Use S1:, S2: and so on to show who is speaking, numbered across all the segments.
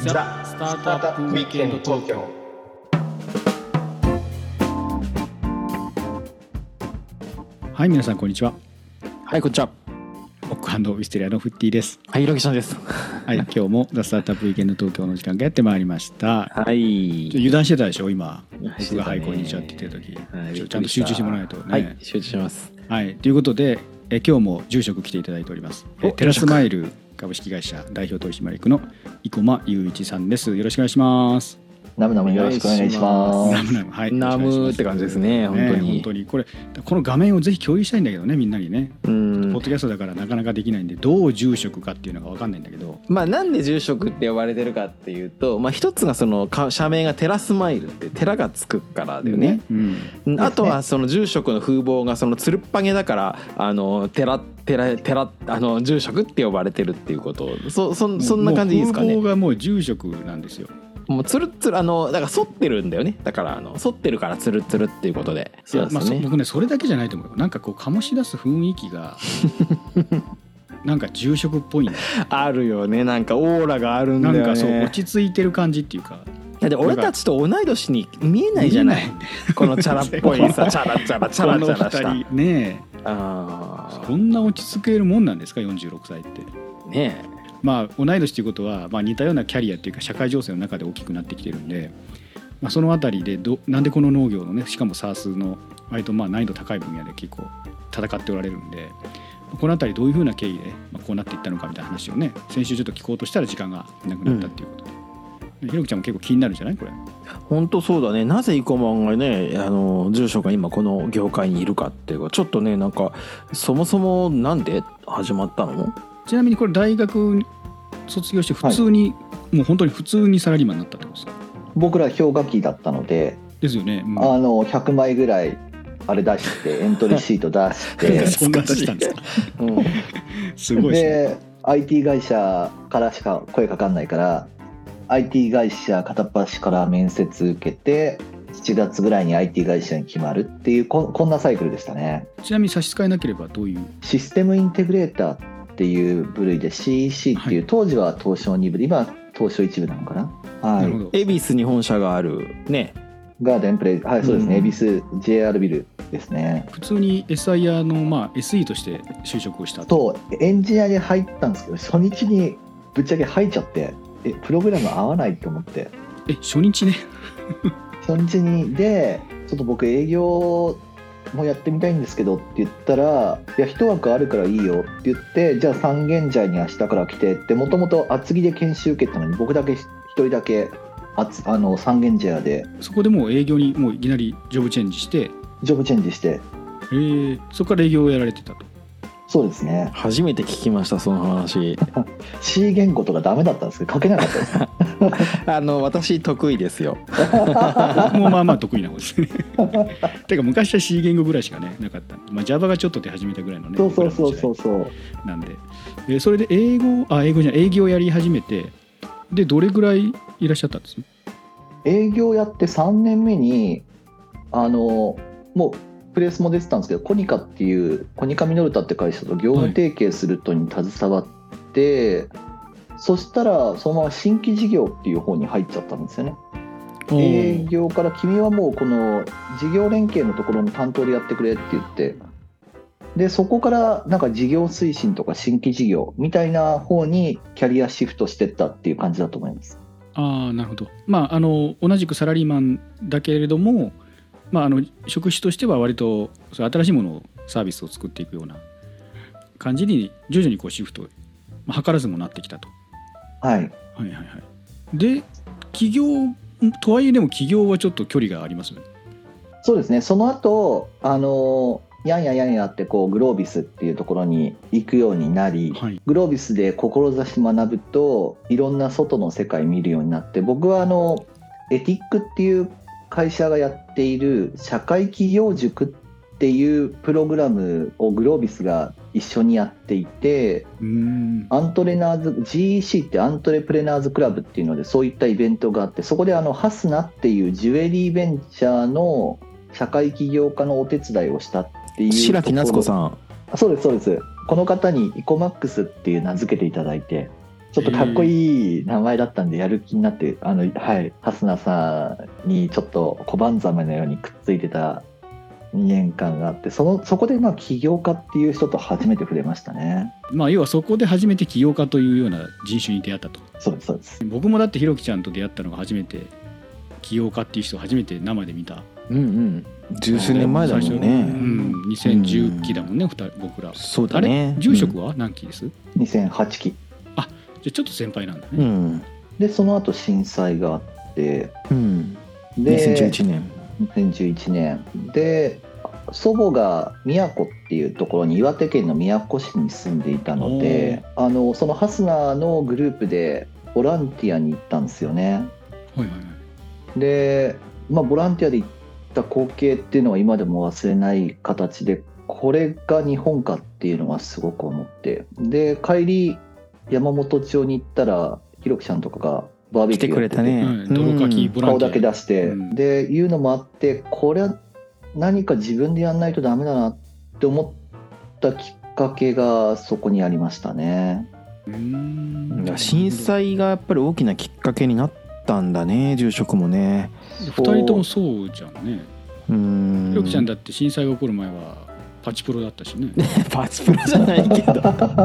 S1: ザ・スタートアップウィークエンド東京
S2: はい、皆さんこんにちは。
S3: はい、こんにちは。
S2: オックハンドウィステリアのフッティです。
S3: はい、ロギションです。
S2: はい、今日もザスタートアップウィークエンド東京の時間がやってまいりました。
S3: はい
S2: ちょ。油断してたでしょ今僕が「はいこ
S3: こ
S2: んにちは」って言ってる時、ちょちゃんと集中してもらわないと
S3: は
S2: ね
S3: い、、集中します。
S2: はいということでえ今日も住職来ていただいておりますえ
S3: お
S2: テラスマイル株式会社代表取締役の生駒雄一さんですよろしくお願いします
S4: ナムナムよろしくお願いしま
S3: お
S2: ナ
S4: す。
S2: ムナムはい
S3: ナムって感じですね、
S2: よ
S3: 本
S2: ろしくお願いしますね
S3: 当
S2: 本
S3: に
S2: 当。にこれこの画面をぜひ共有したいんだけどねみんなにね
S3: うん
S2: ポッドキャストだからなかなかできないんでどう住職かっていうのが分かんないんだけど
S3: まあ、なんで住職って呼ばれてるかっていうと、まあ、一つがそのか社名がテラスマイルって寺がつくからだよね、
S2: うん
S3: うんあとはその住職の風貌がそのつるっぱげだからあの寺寺寺あの住職って呼ばれてるっていうことそそそんな感じですか
S2: もう
S3: ね
S2: 風貌がもう住職なんですよ
S3: もうつるっつるあのだから反ってるんだよねだからあの反ってるからつるつるっていうことで
S2: い
S3: そう
S2: や
S3: です
S2: まあ、
S3: よ
S2: そ
S3: ね、
S2: 僕ねそれだけじゃないと思うよなんかこう醸し出す雰囲気 がなんか住職っぽいんだよ
S3: あ、るよねなんかオーラがあるんだ
S2: な
S3: よね
S2: んかそう落ち着いてる感じっていうか
S3: だって俺たちと同い年に見えないじゃない
S2: 見えない
S3: このチャラっぽ いさチャラチャラチャラチャラし
S2: こ
S3: た
S2: の二人ねえ
S3: あ
S2: こんな落ち着けるもんなんですか46歳って
S3: あね
S2: まあ同い年っていうことは、まあ、似たようなキャリアっていうか社会情勢の中で大きくなってきてるんで、まあ、そのあたりでどなんでこの農業のねしかも SARS の割とまあ難易度高い分野で結構戦っておられるんでこのあたりどういうふうな経緯で、まあ、こうなっていったのかみたいな話をね先週ちょっと聞こうとしたら時間がなくなったっていうことで、ひろきちゃんも結構気になるんじゃないこれ
S3: え本当そうだねなぜ生駒がねあの住所が今この業界にいるかっていうかちょっとねなんかそもそもなんで始まったの
S2: ちなみにこれ大学卒業して普通に、もう本当に普通にサラリーマンになったってことですか
S4: 僕ら氷河期だったので、
S2: ですよね、うん
S4: あの100枚ぐらいあれ出 してエントリーシート出して、
S2: そんな出したんですか
S3: うん、
S2: すごいですね
S4: で IT 会社からしか声かかんないから IT 会社片っ端から面接受けて7月ぐらいに IT 会社に決まるっていうここんなサイクルでしたね。
S2: ちなみに差し支えなければどういう
S4: システムインテグレーターっていう部類で CEC っていう、
S2: は
S4: 当時は東証2部で今は東証1部なのかな。は
S2: ないるほ、ど。
S3: 恵比寿に本社があるね
S4: ガーデンプレイはいそうですね、
S3: うん
S4: 恵比寿 JR ビルですね
S2: 普通に SIR の、まあ、SE として就職をしたと。
S4: とエンジニアに入ったんですけど初日にぶっちゃけ入っちゃってえプログラム合わないと思って
S2: え、初日ね。
S4: 初日にでちょっと僕営業もやってみたいんですけどって言ったら「いや一枠あるからいいよ」って言ってじゃあ三軒茶屋に明日から来てってもともと厚木で研修受けたのに僕だけ一人だけ厚あの三軒茶屋で
S2: そこでもう営業にもういきなりジョブチェンジして、
S4: ジョブチェンジして
S2: えーそこから営業をやられてたと。
S4: そうですね
S3: 初めて聞きましたその話
S4: C 言語とかダメだったんですけど書けなかったです
S3: あの私得意ですよ
S2: 僕もまあまあ得意な方ですね。 てか昔は C 言語ぐらいしかねなかったんで。まあ、Java がちょっと出始めたぐらいのね。
S4: そうそうそうそうそ
S2: 僕ら
S4: う
S2: の時代なんで、えーそれで英語あ英語じゃない営業をやり始めて、でどれぐらいいらっしゃったんです？
S4: 営業やって3年目にあのもうプレスも出てたんですけどコニカっていうコニカミノルタって会社と業務提携するとに携わって、そしたらそのまま新規事業っていう方に入っちゃったんですよね
S2: お
S4: 営
S2: ー
S4: 業から君はもうこの事業連携のところの担当でやってくれって言ってでそこからなんか事業推進とか新規事業みたいな方にキャリアシフトしてったっていう感じだと思います
S2: ああなるほど。まああの同じくサラリーマンだけれども、まああの職種としては割とそう新しいものをサービスを作っていくような感じに徐々にこうシフトまあ図らずもなってきたと。
S4: は
S2: は
S4: い
S2: いはいはい。で起業とはいえでも起業はちょっと距離がありますよね。
S4: そうですね、その後あのやんややんやってこうグロービスっていうところに行くようになり、
S2: はい。
S4: グロービスで志学ぶといろんな外の世界見るようになって僕はあのエティックっていう会社がやっている社会企業塾っていうプログラムをグロービスが一緒にやっていて
S2: うーん。
S4: アントレナーズ GEC ってアントレプレナーズクラブっていうのでそういったイベントがあってそこであのハスナっていうジュエリーベンチャーの社会起業家のお手伝いをしたっていう
S3: 白木夏子さ
S4: ん
S3: ん
S4: そうですそうですこの方にイコマックスっていう名付けていただいてちょっとかっこいい名前だったんでやる気になってあのはい蓮名さんにちょっと小判ざめのようにくっついてた2年間があってそのそこでまあ起業家っていう人と初めて触れましたね
S2: まあ要はそこで初めて起業家というような人種に出会ったと
S4: そうですそうです
S2: 僕もだってひろきちゃんと出会ったのが初めて起業家っていう人を初めて生で見た、
S3: うんうん十数年前だもんね、
S2: うん、2010期だもんね、二人僕ら
S3: そうだね
S2: 住職は何期です、じ
S4: 2008期
S2: ゃあちょっと先輩なんだ
S3: う
S2: ね、
S3: ん
S4: でその後震災があって
S3: うん
S4: で
S3: 2011年
S4: 2011年で祖母が宮古っていうところに岩手県の宮古市に住んでいたのであのそのハスナーのグループでボランティアに行ったんですよね
S2: はいはいはい
S4: で、まあ、ボランティアで行った光景っていうのは今でも忘れない形でこれが日本かっていうのはすごく思ってで帰り山本町に行ったらひろきちゃんとかがバーベ
S3: 来
S4: キ
S3: て
S4: ューや
S3: くれたね、
S2: うん泥かきボラン
S4: 顔
S2: テ
S4: だけ
S2: ィア
S4: 出して、
S2: うん
S4: でいうのもあってこれは何か自分でやんないとダメだなって思ったきっかけがそこにありましたね
S2: うーん
S3: うんだから震災がやっぱり大きなきっかけになったんだね住職もね
S2: 二人ともそうじゃんね
S3: うん
S2: ひろきちゃんだって震災が起こる前はパチプロだったしね
S3: パチプロじゃないけど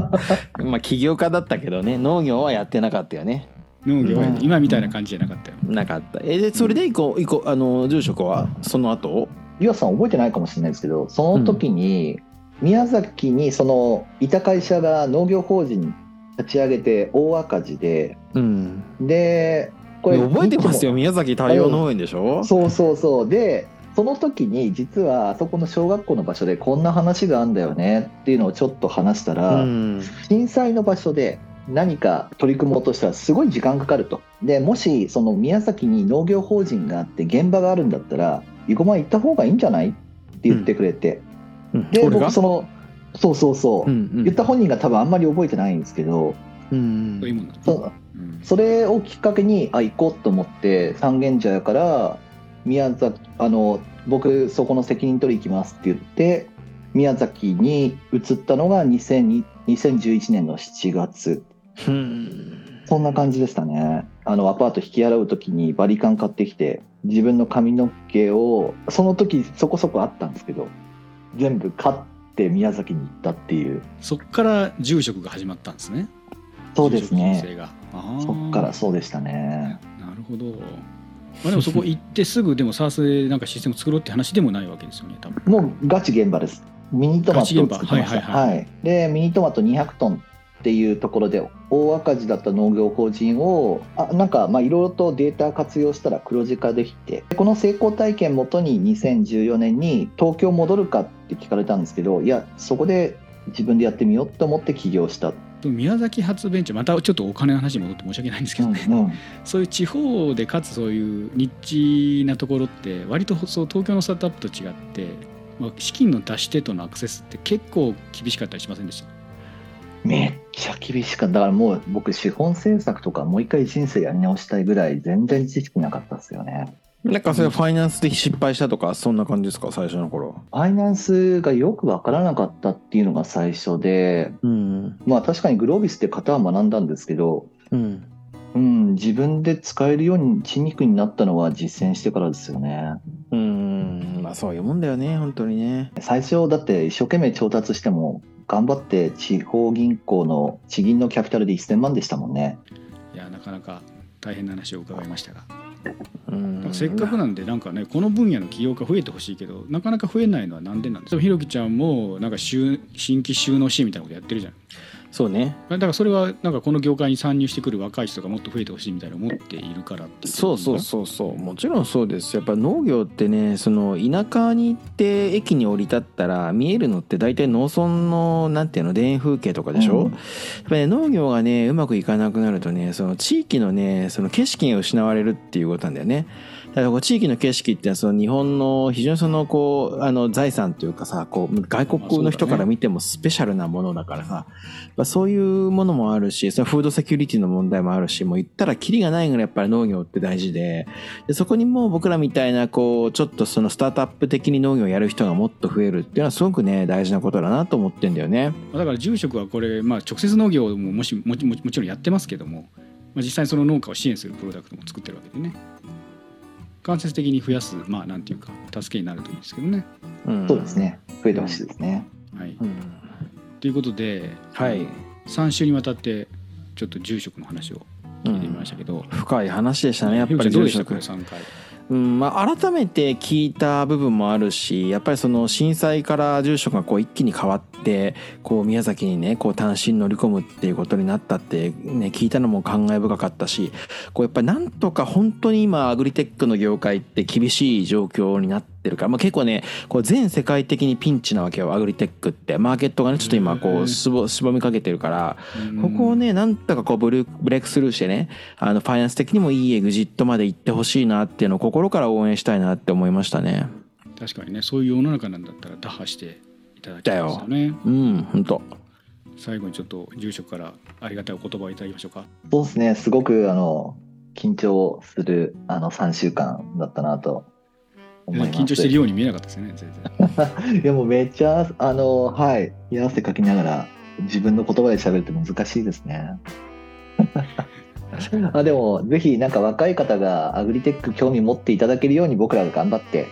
S3: まあ起業家だったけどね農業はやってなかったよね
S2: 農業は
S3: うん
S2: 今みたいな感じじゃなかったよ、
S3: なかったえでそれで以降以降あの住職はその後
S4: 岩さん覚えてないかもしれないですけどその時に宮崎にそのいた会社が農業法人立ち上げて大赤字で
S3: うん
S4: でこれ
S3: 覚えてますよ宮崎太陽農園でしょ
S4: そうそうそうでその時に実はあそこの小学校の場所でこんな話があんだよねっていうのをちょっと話したら、
S3: ん
S4: 震災の場所で何か取り組もうとしたらすごい時間かかるとでもしその宮崎に農業法人があって現場があるんだったら生駒行った方がいいんじゃないって言ってくれて、
S3: うん
S4: で
S3: 俺が
S4: 僕そのそうそうそう、
S3: うんうん
S4: 言った本人が多分あんまり覚えてないんですけど
S3: うん
S2: そういうもんなの
S4: そ
S2: うん
S4: それをきっかけにあ行こうと思って三軒茶屋から宮崎あの僕そこの責任取り行きますって言って宮崎に移ったのが2002 2011年の7月
S3: うん
S4: そんな感じでしたねあのアパート引き払う時にバリカン買ってきて自分の髪の毛をその時そこそこあったんですけど全部買って宮崎に行ったっていう
S2: そっから住職が始まったんですね
S4: そうです
S2: 住職人生
S4: ね
S2: があー
S4: そっからそうでしたね
S2: なるほどまあでもそこ行ってすぐでも SARS でなんかシステム作ろうって話でもないわけですよね多分
S4: もうガチ現場です。ミニトマトを作ってまし
S2: ガ
S4: た。
S2: チ現場はいはいは
S4: で、ミニトマト200トンっていうところで、大赤字だった農業法人を、あなんか、まあ、いろいろとデータ活用したら黒字化できて、この成功体験元に2014年に東京戻るかって聞かれたんですけど、いや、そこで自分でやってみようと思って起業した。
S2: でも宮崎発ベンチャーまたちょっとお金の話に戻って申し訳ないんですけ
S4: うん
S2: ど
S4: う
S2: ね、
S4: ん、
S2: そういう地方でかつそういうニッチなところって割とそう東京のスタートアップと違って、まあ、資金の出し手とのアクセスって結構厳しかったりしませんでした
S4: めっちゃ厳しかった。だからもう僕、資本政策とかもう一回人生やり直したいぐらい全然知識なかったですよね。
S3: なんかそれファイナンスで失敗したとかそんな感じですか最初の頃
S4: ファイナンスがよくわからなかったっていうのが最初で、
S3: うん
S4: まあ確かにグロービスって型は学んだんですけど、
S3: うん
S4: うん、自分で使えるようにしにくいになったのは実践してからですよね。
S3: うんまあそういうもんだよね本当にね
S4: 最初だって一生懸命調達しても、頑張って地方銀行の地銀のキャピタルで1000万でしたもんね。
S2: いやなかなか大変な話を伺いましたが
S3: うん
S2: せっかくなんでなんかねこの分野の起業家増えてほしいけどなかなか増えないのはなんでなんですかひろきちゃんもなんか就新規収納支援みたいなことやってるじゃん
S3: そうね
S2: だからそれはなんかこの業界に参入してくる若い人がもっと増えてほしいみたいな思っているからってい
S3: そうそう
S2: う
S3: そうそうもちろんそうですやっぱ農業ってねその田舎に行って駅に降り立ったら見えるのって大体農村のなんていうの田園風景とかでしょ、
S4: うん
S3: やっぱりね農業がねうまくいかなくなるとねその地域のねその景色が失われるっていうことなんだよねだからこう地域の景色ってその日本の非常にそのこうあの財産というかさこう外国の人から見てもスペシャルなものだからさ、まあそういうものもあるしそのフードセキュリティの問題もあるしもう言ったらキリがないぐらいやっぱり農業って大事ででそこにもう僕らみたいなこうちょっとそのスタートアップ的に農業をやる人がもっと増えるっていうのはすごくね大事なことだなと思ってんだよね。
S2: まあだから住職はこれ、まあ、直接農業ももしもちもちもちろんやってますけども、まあ、実際にその農家を支援するプロダクトも作ってるわけでね間接的に増やすまあなんていうか助けになるといいですけどね。
S3: うん
S4: そうですね増えてほしいですね
S2: はい、
S3: うん
S2: ということで、
S3: はい、
S2: 3週にわたってちょっと住職の話を
S3: う
S2: 聞いてみま
S3: ん
S2: したけど、
S3: 深い話でしたねやっぱ
S2: ゆうちゃ
S3: り
S2: んどう
S3: 住
S2: でしたこ
S3: 職
S2: れ3回。
S3: うんまあ、改めて聞いた部分もあるしやっぱりその震災から住職がこう一気に変わってこう宮崎にねこう単身乗り込むっていうことになったって、ね、聞いたのも感慨深かったしこうやっぱりなんとか本当に今アグリテックの業界って厳しい状況になってるから、まあ、結構ねこう全世界的にピンチなわけよアグリテックってマーケットがねちょっと今こ
S2: う
S3: うんすぼすぼみかけてるから。
S2: うん
S3: ここをね、なんとかこうブルーブレイクスルーしてね、あの、ファイナンス的にもいいエグジットまで行ってほしいなっていうのを心から応援したいなって思いましたね。
S2: 確かにねそういう世の中なんだったら打破していただきたいですよね。
S3: うん、本当
S2: 最後にちょっと住職からありがたいお言葉をいただきましょうか。
S4: そうですねすごくあの緊張するあの3週間だったなと思います、
S2: 緊張してるように見えなかったですよね全然。
S4: いやもうめっちゃあのはい冷や汗かきながら自分の言葉で喋るって難しいですね あでもぜひなんか若い方がアグリテック興味持っていただけるように僕らが頑張って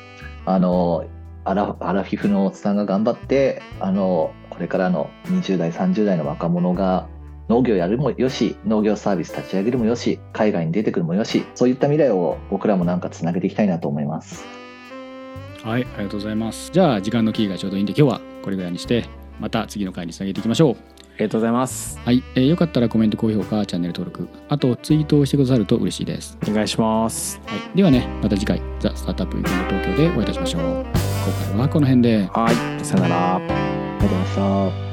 S4: あのアラアラフィフのおっさんが頑張ってあのこれからの20代30代の若者が農業やるもよし農業サービス立ち上げるもよし海外に出てくるもよしそういった未来を僕らもなんかつなげていきたいなと思います。
S2: はい、ありがとうございます。じゃあ時間のキーがちょうどいいんで今日はこれぐらいにしてまた次の回につなげていきましょう。
S3: ありがとうございます。
S2: はい、えーよかったらコメント、高評価、チャンネル登録、あとツイートをしてくださると嬉しいです。
S3: お願いします。
S2: はい、ではね、また次回、ザ・スタートアップウィークエンド東京でお会いいたしましょう。今回はこの辺で。
S3: はい、さよなら。
S4: ありがとうございました。